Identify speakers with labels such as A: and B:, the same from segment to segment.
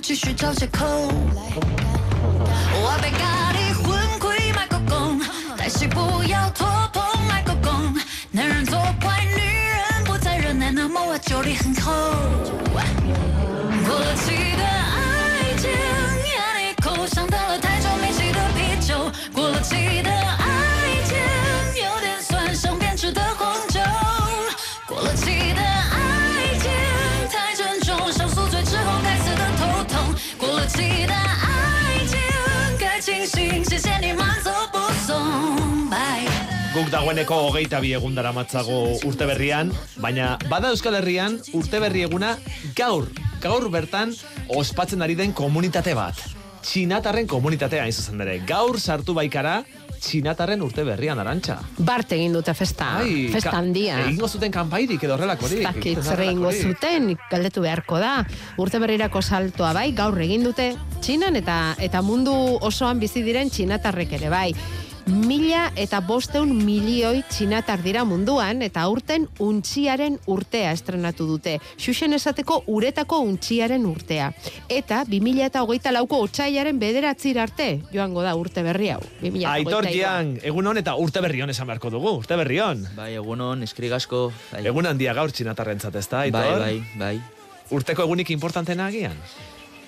A: 继续找借口。我被咖喱魂归卖狗公，黛西不要拖棚卖狗公，男人做怪，女人不再忍耐，那么我酒力很厚。过期的爱情咽一口，想到了太久没记的啤酒。过了期的爱情有点酸，像变质的红酒。过了期的爱情太沉重，像宿醉之后该死的头痛。过了期的爱情该清醒，谢谢你慢走不送。拜。
B: Guk dagoeneko hogeita bi egun daramatzago urte berrian, baina bada Euskal Herrian urte berri eguna gaur, gaur bertan ospatzen ari den komunitate bat. Txinatarren komunitatea hain zuzen ere. Gaur sartu baikara, txinatarren urte berrian arantxa.
C: Bart egin dute festa, Ah, festa
B: ka-
C: handia.
B: Egingo zuten kanpairik edo horrelakorik.
C: Ez dakit
B: Edo
C: zer egingo
B: horrelakorik.
C: zuten, galdetu beharko da. Urte berrirako saltoa bai, gaur egin dute txinan eta eta mundu osoan bizi diren txinatarrek ere bai. Mila eta bosteun milioi txinatar dira munduan, eta urten untxiaren urtea estrenatu dute. Xuxen esateko uretako untxiaren urtea. Eta 2000 eta hogeita lauko otxaiaren bederatzir arte, joango da urte berri hau. 2000 eta
B: Aitor
C: hogeita
B: Jan,
C: hiruan.
B: egun hon eta urte berri hon esan beharko dugu, urte berri hon.
D: Bai, egunon, eskrik asko. Bai.
B: Egun handia gaur txinatarrentzat, ezta,
D: bai,
B: Aitor?
D: bai, bai.
B: Urteko egunik importantena agian?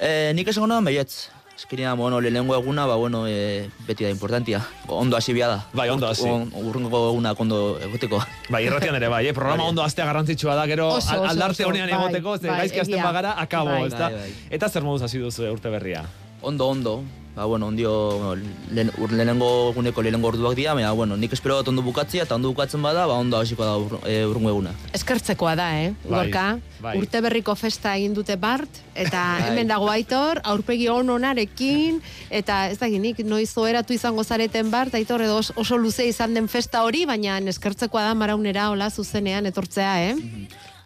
D: E, nik esango noan baietz. Eskirina, bueno, lehenengo eguna, ba, bueno, e, beti da importantia. Ondo hasi bia da.
B: Bai, ondo hasi.
D: On- Urrungo eguna ondo egoteko.
B: Bai, irratian ere bai, eh? programa ondo astea garrantzitsua da, gero
C: Oso, oso,
B: aldarte
C: oso,
B: honean
C: bai,
B: egoteko, ze
C: bai,
B: gaizki hasten
C: egia.
B: bagara, akabo,
C: Bai.
B: ezta?
D: Bai, bai.
B: Eta zer moduz hasi duzu eh, urte berria?
D: Ondo, ondo. Ba, bueno, ondio, bueno, lehen, ur- lehenengo eguneko lehenengo orduak dira, baina, bueno, nik espero dut ondo bukatzea, eta ondo bukatzen bada, ba, ondo hasiko da ur, e, urrungo eguna.
C: Eskertzekoa da, eh?
B: Bai,
C: Gorka,
B: bai.
C: urte berriko festa egin dute Bart, eta
D: Bai.
C: hemen dago Aitor, aurpegi on onarekin, eta ez da ginik, noiz oheratu izango zareten Bart, Aitor edo os- oso luze izan den festa hori, baina eskertzekoa da maraunera hola zuzenean etortzea, eh?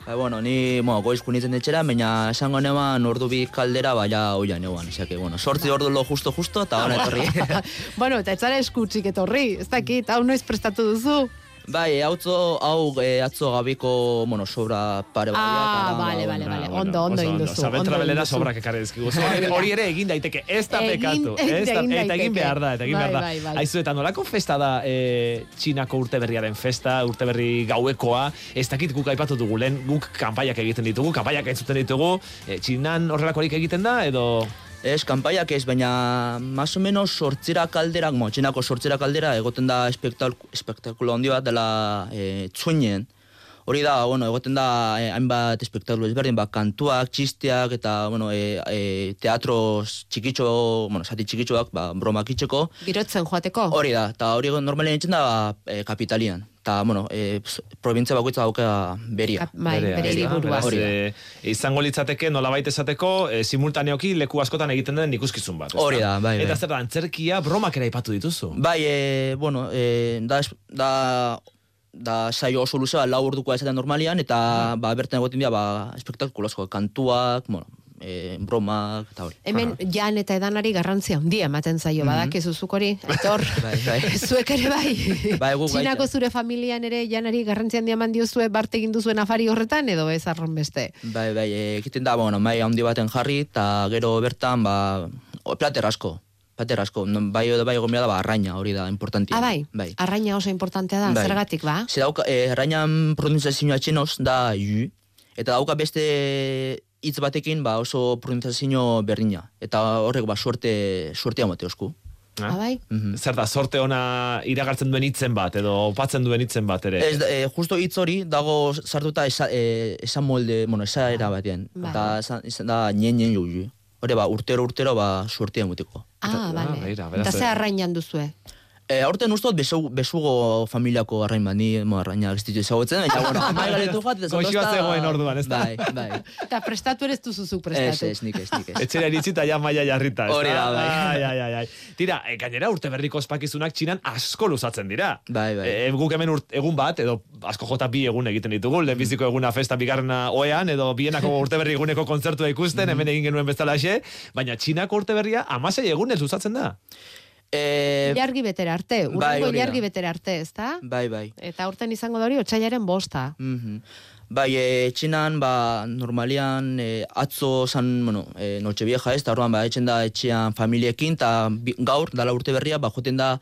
D: Ba, bueno, ni, bueno, goizku nintzen etxera, baina esango neban ordu bi kaldera, baina oian eguan, osea, que, bueno, sortzi ordu lo justo-justo, eta hona etorri.
C: bueno, eta etzara eskutzik etorri, ez dakit, hau noiz prestatu duzu?
D: Bai, hautzo, hau e, atzo gabiko, bueno, sobra pare bat.
C: Ah, bale, bale,
B: Ah,
C: bale,
B: bueno,
C: ondo, ondo
B: oso
C: egin duzu.
B: Sabel
C: ondo egin
B: Trabelera
C: duzu.
B: sobrak ekarri dizkigu. Ze hori- Hori ere egin daiteke, ez da
C: Egin-
B: pekatu.
C: egin-
B: ez da-
C: egin
B: eta egin
C: daiteke.
B: behar da, eta egin behar da.
C: Bai, bai, bai.
B: Aizu, eta nolako festa da e, Txinako urte berriaren festa, urte berri gauekoa, ez dakit guk aipatu dugu lehen, guk kanpaiak egiten ditugu, kanpaiak entzuten ditugu, e, Txinan horrelakorik egiten da, edo...
D: Ez, kanpaiak ez, baina más o menos sortzera kalderak, mo, txinako sortzera kaldera, egoten da espektal, espektakulo handi bat dela e, txuinen. Hori da, bueno, egoten da eh, hainbat espektakulo ezberdin, ba, kantuak, txisteak, eta, bueno, e, e, teatro txikitxo, bueno, sati txikitxoak, ba, bromak itxeko.
C: Girotzen joateko?
D: Hori da, eta hori normalen egiten da e, kapitalian. Eta, bueno, e, provintzia bakoitza dauka beria.
C: Kap- Bai,
B: Berea,
C: bere
B: ez da?
C: hiriburua.
B: Beraz, eh, izango litzateke nolabait esateko eh, simultaneoki leku askotan egiten den ikuskizun bat. ez
D: Hori da, bai, bai.
B: Eta zer da, antzerkia bromak ere aipatu dituzu.
D: Bai, e, bueno, e, da, es- da, da saio oso luzea, lau ordukoa esaten normalian, eta ba, bertan egoten dira, ba, espektakulo asko, kantuak, bueno, e, bromak, eta hori.
C: Hemen jan eta edanari garrantzia handia ematen zaio, badakizu zuk hori, aitor,
D: Mhm. Bai, bai.
C: zuek ere bai.
D: Bai, guk bai.
C: Txinako zure familian ere janari garrantzia handia eman diozue barte egin duzuen afari horretan, edo ez arron beste.
D: Bai, bai, e, egiten da, bueno, mai handi baten jarri, eta gero bertan, ba, o, plater asko, plater asko, Non, bai, bai, egon behar da, ba, arraina, hori da, importantia.
C: Ah, bai,
D: bai.
C: arraina oso importantea da,
D: Bai.
C: zergatik, ba?
D: Ze dauka, eh, arrainan pronuntziazioa txinoz da yu, eta dauka beste hitz batekin ba oso pronuntziazio berdina. Eta horrek ba suerte, suertea mateosku.
B: Ah?
C: Ah, bai?
D: Mhm.
B: Zer da, sorte ona iragartzen duen hitzen bat, edo opatzen duen hitzen bat ere.
D: Ez, da- eh, justo hitz hori dago sartuta esa, eh, esan molde, bueno, esa era batean.
C: Bai.
D: Eta esan, izan da nien nien yu yu. Hore ba, urtero urtero ba suertea muteko.
C: Ah,
B: Ah,
C: bale.
B: begira, beraz,
C: Eta ze
B: eh,
C: arrainan duzue?
D: E, aurten ustot besu, besugo familiako arrain bat, ni mo, arrainak ez ditu ezagutzen, baina bueno, amai galetu joat, eta
B: Goxua
D: zondosta-
B: zegoen orduan, ezta?
D: Bai, bai.
C: Eta prestatu ere ez duzuzuk
D: Ez,
C: prestatu.
D: ez, nik ez, nik ez.
B: Etxera iritsi eta ja maia jarrita. ez
D: Hori da, bai.
B: Ai, ai, ai, ai. Tira, e, gainera urte berriko ospakizunak txinan asko luzatzen dira.
D: Bai, bai.
B: E, guk hemen urt, egun bat, edo asko jota bi egun egiten ditugu, lehenbiziko eguna festa bigarrena oean, edo bienako urte berri eguneko kontzertua ikusten,
D: Mhm.
B: hemen egin genuen bezalaxe, baina txinako urte berria amasei egunez luzatzen da.
D: E,
C: Ilargi betera arte,
D: Bai,
C: urrengo
D: hori da.
C: ilargi betera arte, ezta?
D: Bai, bai.
C: Eta urten izango da hori, otxaiaren bosta.
D: Mhm. Bai, e, txinan, ba, normalian, e, atzo san, bueno, e, noltxe vieja ez, eta orduan, ba, etxen da etxean familiekin, eta bi- gaur, dala urte berria, ba, joten da,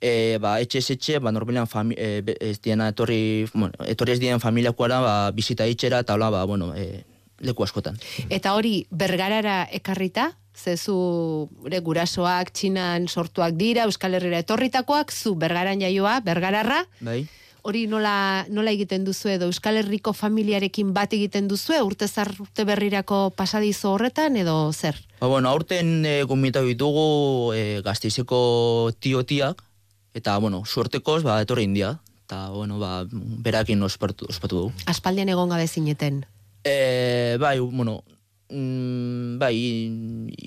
D: e, ba, etxe ez etxe, ba, normalian fami, e, be- ez diena etorri, bueno, etorri ez dien familiakoara, ba, bizita itxera, eta hola, ba, bueno, e, leku askotan.
C: Eta hori bergarara ekarrita, zezu gure gurasoak, txinan sortuak dira, Euskal Herrera etorritakoak, zu bergaran jaioa, bergararra,
D: Bai?
C: hori nola, nola egiten duzu edo Euskal Herriko familiarekin bat egiten duzu, urte zar urte berrirako pasadizo horretan edo zer?
D: Ba, bueno, aurten e, gomitatu ditugu e, gazteizeko tiotiak, eta, bueno, suertekoz, ba, etorri india, eta, bueno, ba, berakin ospatu, ospatu dugu.
C: Aspaldian egon gabe zineten.
D: E, bai, bueno, mm, bai,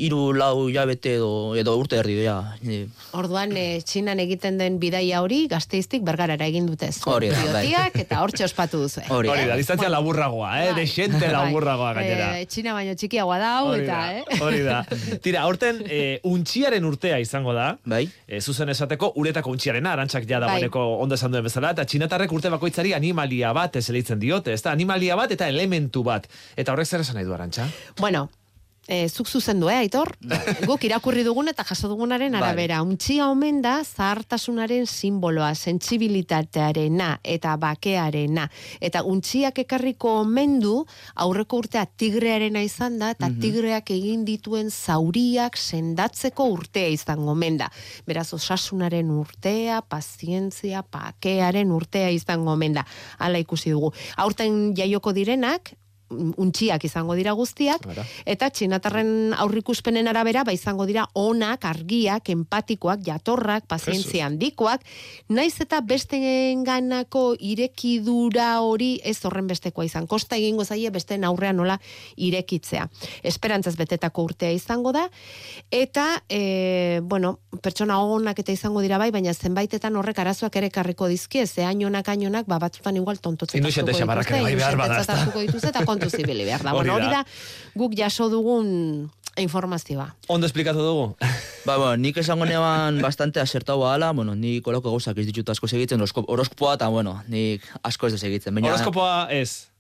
D: hiru lau jabete edo, edo urte erdi, ja. E,
C: Orduan, e, txinan egiten den bidaia hori gazteiztik bergarara egin dute. zu.
D: Hori da, bai.
C: Biotiak eta hortxe ospatu duzu.
D: Hori da.
B: Hori da, distantzia laburragoa, eh? De
C: Bai.
B: xente laburragoa gainera.
C: E, txina baino txikiagoa da hau,
B: Hori
C: eta,
B: da,
C: eh?
B: hori da. Tira, aurten e, untxiaren urtea izango da.
D: Bai.
B: E, zuzen esateko, uretako untxiarena, arantzak ja
C: Bai.
B: dagoeneko ondo esan duen bezala, eta txinatarrek urte bakoitzari animalia bat eselitzen diote, ez da, animalia bat eta elementu bat. Eta horrek zer esan nahi du, arantxa?
C: Bueno, e, zuk zuzendu, eh, Aitor? Guk irakurri dugun eta jaso dugunaren
D: Bai.
C: arabera. Untxia omen da zahartasunaren simboloa, sentsibilitatearena eta bakearena. Eta untxiak ekarriko omen du aurreko urtea tigrearena izan da, eta tigreak egin dituen zauriak sendatzeko urtea izango omen da. Beraz, osasunaren urtea, pazientzia, bakearen urtea izango omen da. Hala ikusi dugu. Aurten jaioko direnak, untxiak izango dira guztiak,
B: Ara.
C: eta txinatarren aurrikuspenen arabera, ba izango dira onak, argiak, empatikoak, jatorrak, pazientzia handikoak, naiz eta besteenganako irekidura hori ez horren bestekoa izan. Kosta egingo zaie besteen aurrean nola irekitzea. Esperantzaz betetako urtea izango da, eta, e, bueno, pertsona onak eta izango dira bai, baina zenbaitetan horrek arazoak ere karriko dizkie, ze hain onak, hain onak, ba, batzutan igual tontotzen
B: Induxente xamarrak ere bai behar bada, ezta?
C: hartuko dituzte eta kontuz ibili behar da.
B: Hori
C: Bueno, hori
B: da.
C: da guk jaso dugun informazioa.
B: Ondo esplikatu dugu?
D: Ba, bueno, nik esango neban bastante asertau ala, bueno, nik kolako gauzak ez ditut asko segitzen, horosko- horoskopoa, eta, bueno, nik asko ez dut segitzen. Baina,
B: Horoskopoa ez.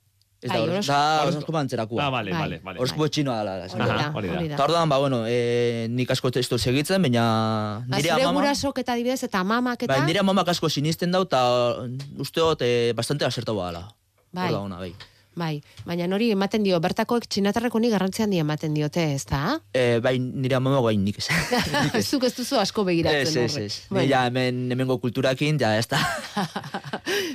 D: ez
C: Ai,
D: da, horos-
C: horos-
D: da
B: horos-
D: horoskopoa antzerakua.
B: Ah, vale,
C: Bai.
B: vale, vale.
C: Horoskop-
D: Horoskopo txinoa ala. esan
C: Hori
D: behar.
C: da,
B: Aha, hori da.
C: hori da.
D: Eta orduan, ba, bueno, e, nik asko ez dut segitzen, baina nire
C: Azure
D: amama...
C: gurasok Ba, eta adibidez eta mamak eta...
D: Bai, nire amamak asko sinisten dau, eta uste dut, e, bastante asertau ala.
C: Bai.
D: Hor da ona, bai.
C: Bai, baina nori ematen dio, bertakoek txinatarreko ni garrantzian die ematen diote, ez da?
D: E, bai, nire amama bai nik ez.
C: Zuk ez duzu asko begiratzen
D: Ez, ez,
C: horrek. Bai.
D: ez.
C: Bueno,
D: Ni ja hemen, hemengo kulturakin, ja, ez da.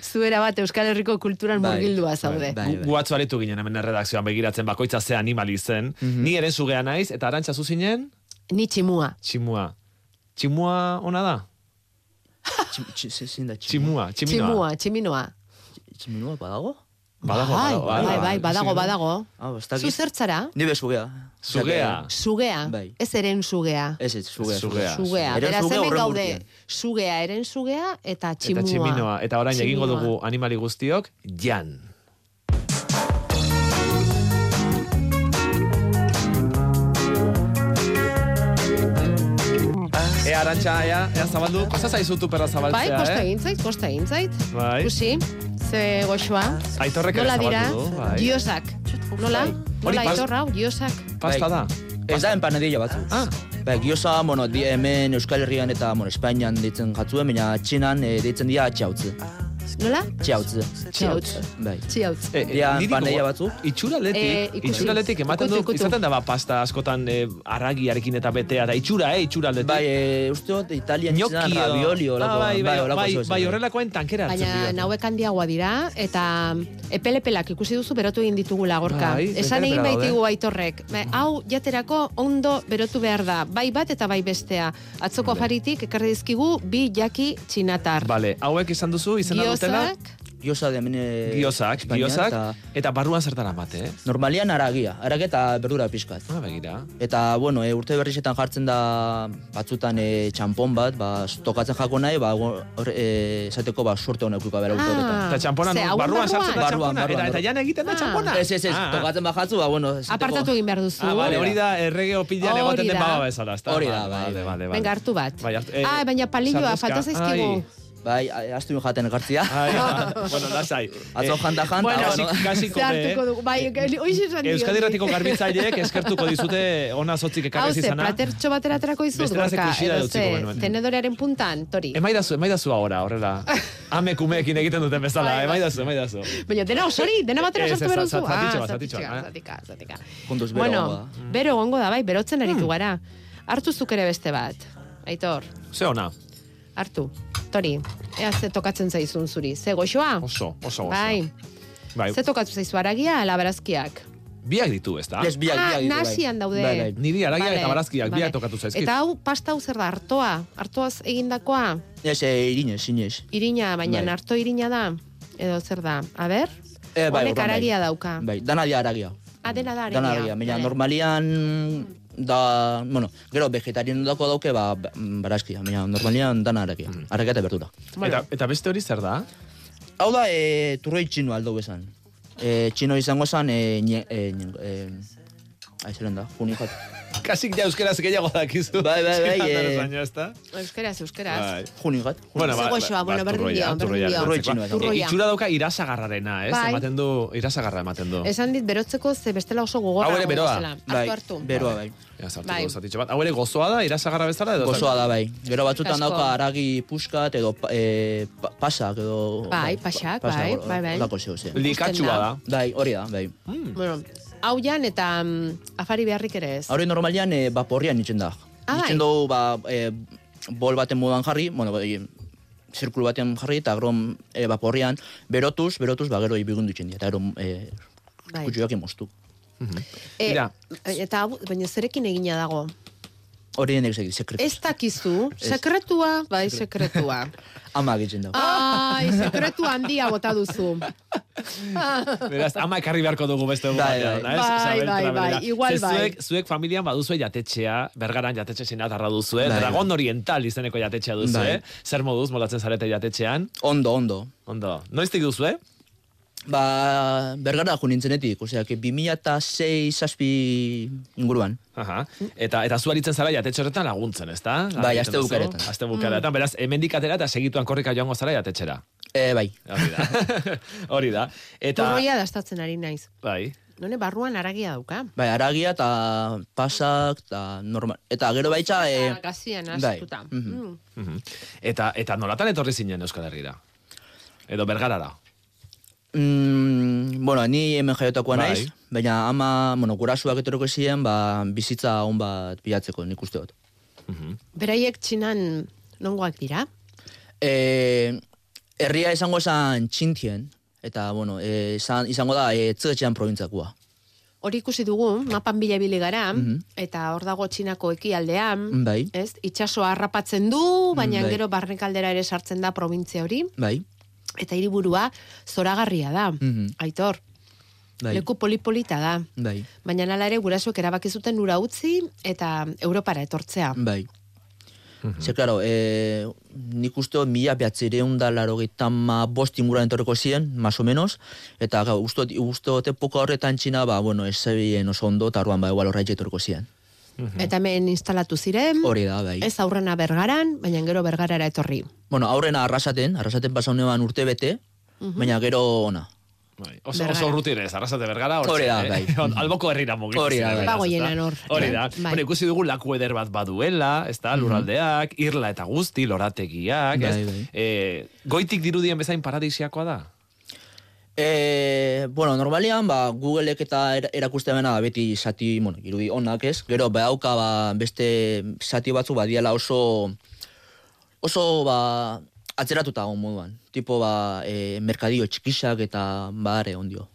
C: Zuera bat Euskal Herriko kulturan
D: Bai,
C: murgildua
D: bai,
C: zaude.
D: bai.
B: Gu- Gu atzo aritu ginen hemen erredakzioan begiratzen bakoitza ze animali zen. Ni eren zugea naiz, eta arantxa zuzinen,
C: Ni tximua.
B: tximua. Tximua ona da?
D: Txim- txi- ze- Zein da, tximu?
B: Tximua, tximinoa.
C: Tximua, tximinoa.
D: Tximinua badago?
B: Badago,
C: bai,
B: badago,
C: bai, bai, badago,
B: Zure-
C: badago.
D: Ah, ez dakit.
C: Zu zertzara?
D: Ni bezugea.
B: Zugea.
C: Sugea.
D: Bai.
C: Ez eren sugea.
D: Ez, ez, zugea.
B: Ah, Zugea.
C: Sugea,
D: Eren
C: beraz
D: sugea
C: hemen
D: horren
C: gaude.
D: burtian.
C: Sugea, eren sugea eta tximua.
B: Eta tximinoa. Eta orain egingo
C: Tximinoa.
B: dugu animali guztiok, jan. Ea, Eh, arantxa, ea, ea zabaldu. Kosta zaizutu perra
C: Bai,
B: zabaltzea,
C: kosta
B: eh?
C: egin zait, kosta egin zait.
B: Bai.
C: Ikusi, ze goxoa.
B: Aitorrek ere
C: Nola dira,
B: zabaldu du. Bai.
C: diosak. Nola?
B: Hori
C: Nola
B: pas-
C: aitorra, hau, diosak.
B: Pasta da.
D: Ez da, empanadilla batzu.
B: Ah.
D: Ba, gioza, bueno, di, hemen Euskal Herrian eta, bueno, Espainian ditzen jatzuen, baina Txinan e, ditzen dira txautze.
C: Nola?
D: Txautze.
C: Txiautz.
D: Bai.
C: Txiautz.
B: E,
D: Dira
B: niri
D: panella
B: gogo-
D: batzuk?
B: Itxuraletik,
C: Eh, ikusi.
B: itxuraletik ematen
C: Ikutu,
B: du,
C: ikutu.
B: izaten da ba pasta askotan eh, arragiarekin eta betea, da itxura, eh, itxuraletik.
D: Bai, e, uste dut, Italian txan
B: Gnocchio.
D: ravioli, olako,
B: Ah, bai, bai,
D: olako
B: bai,
D: zeus,
B: bai, horrelakoen tankera
C: Baina
B: hartzen dira.
C: nauek handiagoa dira, eta mm, epelepelak ikusi duzu berotu egin ditugula gorka.
B: Bai,
C: Esan egin
B: epelepela
C: baitigu aitorrek. Ba, Hau jaterako ondo berotu behar da, bai bat eta bai bestea. Atzoko afaritik ekarri dizkigu bi jaki txinatar.
B: Vale, hauek izan duzu, izena dutela,
C: Giozak,
D: Gioza de hemen... e,
C: Eh,
B: giozak,
D: Espainian,
B: giozak,
D: eta
B: eta barruan zertara mate, eh?
D: Normalian aragia, aragia eta berdura pixkat.
B: Ah, begira.
D: Eta, bueno, e, urte berrizetan jartzen da batzutan e, txampon bat, ba, tokatzen jako nahi, ba, hor, e, esateko ba, sorte honek uka bera urte
C: Ah.
D: horretan.
B: Eta txampona,
C: ze,
B: nun-
C: hau
B: barruan
C: barruan?
B: sartzen da
D: Barruan,
B: txampona, eta,
D: barruan,
B: eta jan egiten da
C: Ah.
B: txampona.
D: Ez, ez, ez,
B: Ah, ah.
D: tokatzen bajatzu, ba, bueno, esateko...
C: apartatu egin behar duzu.
B: Ah, vale,
D: Hori
B: hori da, errege opilan
C: Hori
B: egoten den
C: da.
B: baba bezala, ezta?
D: Hori
B: Vale,
D: da, bai,
B: vale,
D: bai.
B: vale, vale.
C: Venga, hartu bat.
B: Bai, hartu- eh,
C: ah, baina palilloa,
B: sardexka.
C: falta zaizkigu.
B: Ai.
D: Bai, a- astu jaten ekartzia.
B: Ai, ah, bueno, lasai. Eh,
D: Atzo janta janta,
B: Bueno,
D: bueno.
B: kasi- kasi
C: Ze hartuko
B: kome,
C: dugu. Bai, hoxe esan nion.
B: eh. Euskadi ratiko garbitzaileek eskertuko dizute ona zotzik ekarrez
C: Hauze,
B: izana.
C: platertxo batera aterako izuz,
B: Bestela ze
C: gorka.
B: kuxida
C: edo
B: utziko
C: ze
B: genuen.
C: Tenedorearen puntan, tori.
B: Emaidazu, emaidazu ahora, horrela. Amek umeekin egiten duten
C: Bai,
B: bezala, emaidazu, emaidazu.
C: Baina dena osori, dena batera
B: Ez, ez,
C: sartu behar duzu.
B: zat- zatitxo bat,
C: Ah,
B: zatitxo bat, eh.
C: zatika, zatika.
D: Kontuz bero
C: bueno,
D: egongo da.
C: bero gongo da, bai, berotzen
B: Hmm.
C: aritu gara. Hartu zuk ere beste bat. Aitor,
B: Ze ona,
C: hartu. Tori, ea ze tokatzen zaizun zuri. Ze goxoa?
B: oso, oso, oso.
C: Bai.
B: Bai,
C: Ze tokatu zaizu aragia, ala barazkiak.
B: biak ditu, ez da?
D: Ez biak,
C: Ah,
D: biak ditu, bai.
C: nasian daude.
D: Bai, bai.
B: Niri aragia
C: Bale,
B: eta barazkiak
C: bale.
B: biak tokatu zaizkit.
C: Eta hau, pasta hau zer da, hartoa. Hartoaz egindakoa,
D: Ez, e, irinez, inez.
C: irina, baina
D: Bai.
C: harto irina da. Edo zer da, a ber?
D: E, bai,
C: Honek
D: horran, bai.
C: aragia dauka.
D: Bai, dana dia aragia.
C: Ah, dena da aragia.
D: Dana aragia, baina
C: Bale.
D: normalian da, bueno, gero vegetarian dako dauke, ba, ba- barazkia, baina normalian dana aragia, aragia eta berdura.
C: Bueno.
B: Eta, eta beste hori zer da?
D: Hau da, e, turroi txino aldau esan. E, txino izango esan, e, nye, e, nye, e, ai, zeren da, juni jat.
B: Kasik ja euskeraz gehiago dakizu.
D: Bai, bai, bai,
B: Txinatar
D: eh.
B: esan, ja, ez da?
C: Euskeraz, euskeraz.
B: Bai.
D: Juni jat.
B: Bueno, ba, ba,
C: Zegoixoa, bueno,
B: ba,
C: berdin
B: turroia,
C: dio, berdin
B: turroia
C: dio.
B: antzekoa.
D: Turroi txinoa izango.
B: E, Itxura dauka irasagarrarena, ez?
C: Bai.
B: Ematen du, irasagarra ematen du.
C: Esan dit berotzeko ze bestela oso gogorra.
B: Bai. Hau ere
C: egongo
B: beroa.
C: zela.
D: Bai,
C: Hartu, hartu.
D: Beroa, bai.
B: Ja, sartuko
C: Bai.
B: du zatitxo bat. Hau ere gozoa da, irasagarra bezala edo?
D: Gozoa da, bai. Gero batzutan
C: Asko.
D: dauka aragi puskat edo pa- e, pa- pasak edo...
C: Bai, pasak,
D: pasa,
C: bai,
D: hor-
C: bai, bai.
D: Horlako zeo, ze.
B: Likatxua da.
D: Bai, hori da, bai.
C: Mm. Bueno, hau jan eta mm, afari beharrik ere ez.
D: Hori normalian e, baporrian itxen da.
C: Ah, bai.
D: Itxen dugu, ba, e, bol baten modan jarri, bueno, bai, zirkulu baten jarri, eta gero e, baporrian berotuz, berotuz, ba, gero ibigundu itxen dira, eta gero e,
C: Bai.
D: kutsuak moztu.
C: E,
B: Mira.
C: eta hau, baina zerekin egina dago.
D: Hori denek zek, sekret.
C: Ez dakizu, sekretua, bai, sekretua.
D: Ama egiten
C: Ah.
D: da.
C: Ai, sekretu handia bota duzu.
B: Beraz, ama ekarri beharko dugu beste egun
D: Bai,
B: batean,
D: bai.
B: ez?
C: Bai,
B: Isabel
C: bai, bai,
B: Traverera.
C: igual
B: Ze
C: bai.
B: Zuek, zuek familian baduzue jatetxea, bergaran jatetxe sinatarra duzue,
D: Bai.
B: Dragon Oriental izeneko jatetxea duzue.
D: Bai.
B: Zer moduz molatzen zarete jatetxean?
D: Ondo, ondo.
B: Ondo, noiztik duzue?
D: Ba, bergara jo nintzenetik, osea, que 2006 zazpi inguruan.
B: Aha. Eta eta zu aritzen zara jatetxe horretan laguntzen, ezta?
D: Bai, aste
B: Egiten duzu.
D: bukaeretan.
B: Aste
C: Mm.
B: bukaeretan, beraz, hemendik atera eta segituan korrika joango zara jatetxera.
D: E, bai.
B: Hori da. Hori da. Eta
C: Turroia dastatzen ari naiz.
B: bai.
C: None barruan aragia dauka.
D: Bai, aragia eta pasak, eta normal. Eta gero baitza... E,
C: Eta Gazian
D: bai.
C: astuta.
D: Mhm.
C: Mm.
B: Mhm. Eta eta nolatan etorri zinen Euskal Herrira? Edo bergarara.
D: Mm, bueno, ni hemen jaiotakoa
B: Bai.
D: naiz, baina ama, bueno, gurasuak etorreko ziren, ba, bizitza hon bat bilatzeko, nik uste dut.
C: Beraiek txinan nongoak dira.
D: E, herria izango esan txintien, eta, bueno, e, izan, izango da, e, tzetxean provintzakoa.
C: Hori ikusi dugu, mapan bilabili gara, eta hor dago txinako ekialdean,
D: Mhm. Bai.
C: ez? Itxasoa harrapatzen du, baina
D: bai.
C: gero barnekaldera ere sartzen da probintzia hori,
D: Bai,
C: eta hiriburua zoragarria da,
D: Mhm.
C: aitor.
D: bai,
C: Leku polipolita da.
D: bai,
C: Baina nala ere gurasoek erabaki zuten ura utzi eta Europara etortzea.
D: bai. Ze, klaro, e, nik uste dut mila behatzireun da laro ma bost inguran etorreko ziren, más o menos, eta gau, uste dut- uste dut epoka horretan txina, ba, bueno, ez zebien oso ondo, eta orduan, ba, igual horreit etorreko ziren.
C: Mhm. Eta hemen instalatu ziren,
D: Hori da, bai.
C: ez aurrena bergaran, baina gero bergarara etorri.
D: Bueno, aurrena arrasaten, arrasaten pasau neban urte bete, baina gero ona.
B: Bai. Oso,
C: Bergara.
B: oso urruti ere, ez, arrasate bergara, hortzen,
D: Hori da,
B: eh?
D: bai.
B: On- Alboko herrira mugitu
D: Hori da,
B: ziren,
D: bai.
B: beraz,
C: Bagoienan
B: ezta?
C: hor.
B: Hori da.
C: Bai. Mhm.
B: Bueno, ikusi dugu laku eder bat baduela, ez da, lurraldeak, irla eta guzti, lorategiak,
D: Bai,
B: ez?
D: bai.
B: Eh, goitik dirudien bezain paradisiakoa da?
D: E, bueno, normalian, ba, Googleek eta era- erakusten bena beti sati, bueno, irudi onak ez, gero badauka ba, beste sati batzu badiala oso, oso ba, atzeratuta egon moduan. Tipo, ba, e, merkadio txikisak eta bare ondio.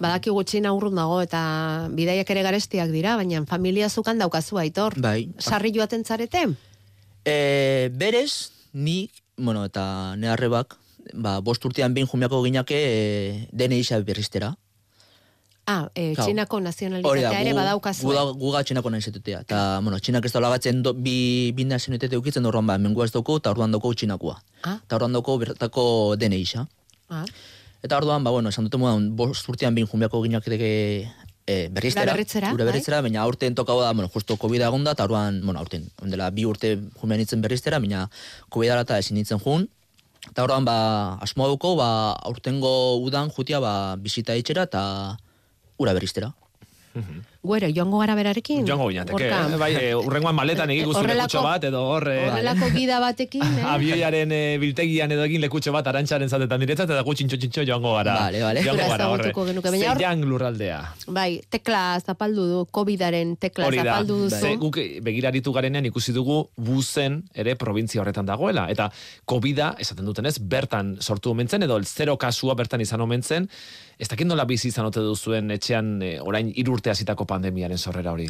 C: Badakigu txina urrun dago eta bidaiak ere garestiak dira, baina familia zukan daukazu aitor.
D: Bai.
C: Sarri joaten zarete?
D: E, berez, nik, bueno, eta ne arrebak, ba, bost urtean behin jumiako ginake e, dene isa berriztera.
C: Ah, e,
D: Kau.
C: txinako
D: Hori da,
C: nazionalitatea ere
D: gu-
C: badaukazu. eh?
D: Gu, da, gu ga txinako nahi zetutea. Eta, bueno, txinak ez da lagatzen do, bi, bi nazionetete eukitzen horroan ba, mengua ez dauko, eta orduan dauko txinakoa.
C: Ah.
D: Eta orduan dauko bertako dene isa.
C: Ah,
D: Eta orduan, ba, bueno, esan dute modan, bost urtean behin jumbiako ginaketeke e, berriztera.
C: Ura berritzera, bai.
D: Ura berritzera, baina aurten tokau da, bueno, justo COVID egon da, eta orduan, bueno, aurten, ondela bi urte jumean nintzen berriztera, baina COVID dela eta ezin nintzen jun, Eta horrean, ba, asmoa duko, ba, aurtengo udan jutia, ba, bisita itxera eta ura berriztera.
C: Guero, joango gara berarekin?
B: Joango ginateke,
C: Gorka.
B: eh? bai, eh, urrengoan maletan egin zure
C: Horrelako-
B: kutxo bat, edo hor... eh,
C: Horrelako gida batekin, eh?
B: Abioiaren eh, biltegian edo egin lekutxo bat arantxaren zatetan diretzat, eta gu txintxo txintxo joango gara.
D: Bale, bale.
B: Joango
C: Zura
B: gara horre.
C: ezagutuko genuke, baina hor-
B: Zeian lurraldea.
C: Bai, tekla zapaldu du, COVIDaren tekla
B: Hori da,
C: zapaldu duzu.
B: ze guk begiraritu garenean ikusi dugu buzen ere provintzia horretan dagoela. Eta COVID-a, esaten dutenez, bertan sortu omen zen, edo el zero kasua bertan izan omen zen. Ez dakit nola bizi izan ote duzuen etxean eh, orain irurte hasitako pandemiaren sorrera hori.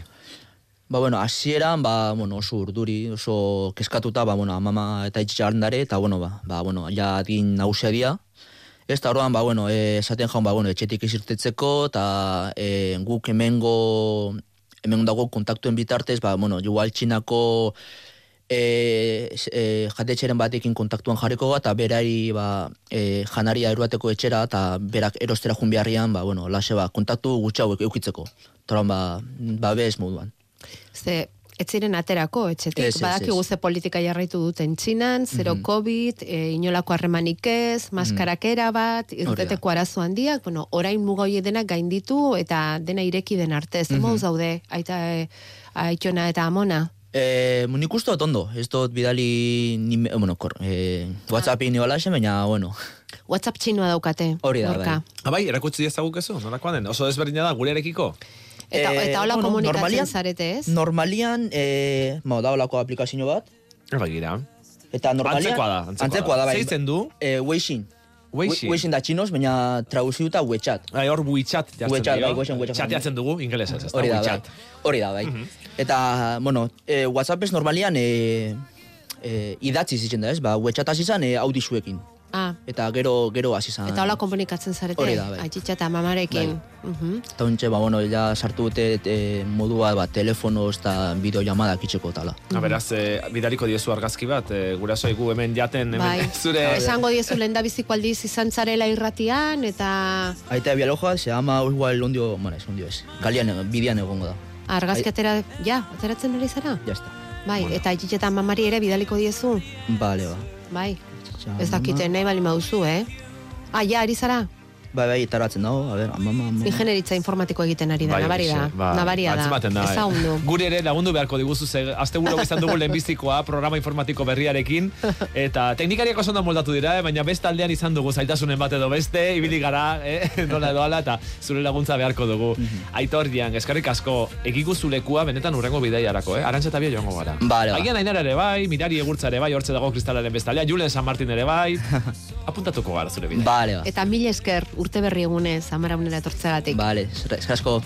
D: Ba, bueno, hasieran, ba, bueno, oso urduri, oso keskatuta, ba, bueno, amama eta itxarndare, eta, bueno, ba, ba bueno, ja adin nausia dia. Ez da, orduan, ba, bueno, eh, esaten jaun, ba, bueno, etxetik izirtetzeko, eta eh, guk hemengo, hemen dago kontaktuen bitartez, ba, bueno, igual txinako eh, s- eh, jatetxeren batekin kontaktuan jarriko ga, eta berari, ba, eh, janaria eruateko etxera, eta berak erostera jun beharrian, ba, bueno, lase, ba, kontaktu gutxi hauek eukitzeko. Eta, orduan, ba, ba, bez moduan.
C: Ze, ez ziren aterako etxetik.
D: Ez, ez,
C: Badakigu
D: ez. Mhm.
C: ze politika jarraitu duten txinan, zero COVID, e, inolako harremanik ez, maskarakera bat, irteteko arazo handiak, bueno, orain muga hori denak gainditu eta dena ireki den arte.
D: Mhm.
C: Zer moduz daude, aita, e, aitona eta amona?
D: E, nik uste dut ondo, ez dut bidali, ni, me- bueno, kor, e,
C: Ah.
D: Whatsappi ni balaxe, baina, bueno,
C: WhatsApp txinua daukate.
D: Hori da,
C: Gorka.
D: bai.
B: Ah, bai, erakutsi ezagukezu, nolakoa den, oso desberdina da gurearekiko.
C: Eta,
D: Eh,
C: eta hola
D: bueno,
C: komunikatzen
D: normalian-
C: zarete, ez?
D: Normalian, e, ma, da holako aplikazio bat,
B: Eh, Begira.
D: eta normalian...
B: Antzekoa da, antzekoa da.
D: bai.
B: Zeitzen du?
D: E, Weixin.
B: Weixin.
D: We- Weixin da txinos, baina traduziuta WeChat.
B: Bai, hor WeChat jartzen
D: WeChat,
B: dio.
D: bai, WeChat, WeChat.
B: Chateatzen dugu, ingelesez, ez da,
D: Hori da, bai.
B: WeChat. Mhm.
D: Hori da, bai. Eta, bueno, e, WhatsApp ez normalian e, e, idatzi zitzen da, ez? Ba, WeChat hasi zan e, audizuekin.
C: Ah,
D: Eta gero, gero hasi zan.
C: eta hola komunikatzen zarete,
D: Hori da, bai.
C: aititxa eta mamarekin. Mhm.
D: Eta ontxe, ba, bueno, ja sartu dute e, modua, ba, telefonos eta bideollamadak itxeko tala.
B: Na, beraz, eh, bidaliko diezu argazki bat, eh, guraso gu hemen jaten, hemen
C: Bai.
B: zure...
C: Esango diezu lenda biziko aldiz izan zarela irratian, eta
D: Aita bialoja, ze ama igual ondio, bueno, ez ondio ez. Kalian, bidean egongo da.
C: argazki atera, ja, ateratzen ari zara?
D: Ja está.
C: Bai, eta itxitxe eta mamari ere bidaliko diezu,
D: Bale, ba.
C: bai. Ez dakite, nahi bali mauzu, eh? Ah, ja, ari zara?
D: Bai, bai, itaratzen dago, a ber, ama, ama, ama.
C: Ingenieritza informatiko egiten ari da, nabari da,
B: horixe, bai.
C: nabaria da,
B: Atzematen eh.
C: ezagundu.
B: Gure ere lagundu beharko diguzu, ze azte izan dugu lehenbizikoa programa informatiko berriarekin, eta teknikariak oso ondo moldatu dira, eh, baina beste aldean izan dugu zailtasunen bat edo beste, ibili gara, eh, nola edo ala, eta zure laguntza beharko dugu. Aitor Jan, eskarrik asko, ekikuzu lekua benetan urrengo bideiarako, eh? Arantxa tabia joango gara.
D: Bale, ba.
B: Agian Ainara ere bai, mirari egurtza ere bai, hortze dago kristalaren bestalea, Julen San Martin ere bai, apuntatuko gara zure bidea.
D: Bale, ba.
C: Eta mil esker urte berri egunez, amara unera etortzeagatik.
D: Bale, eskerrik asko.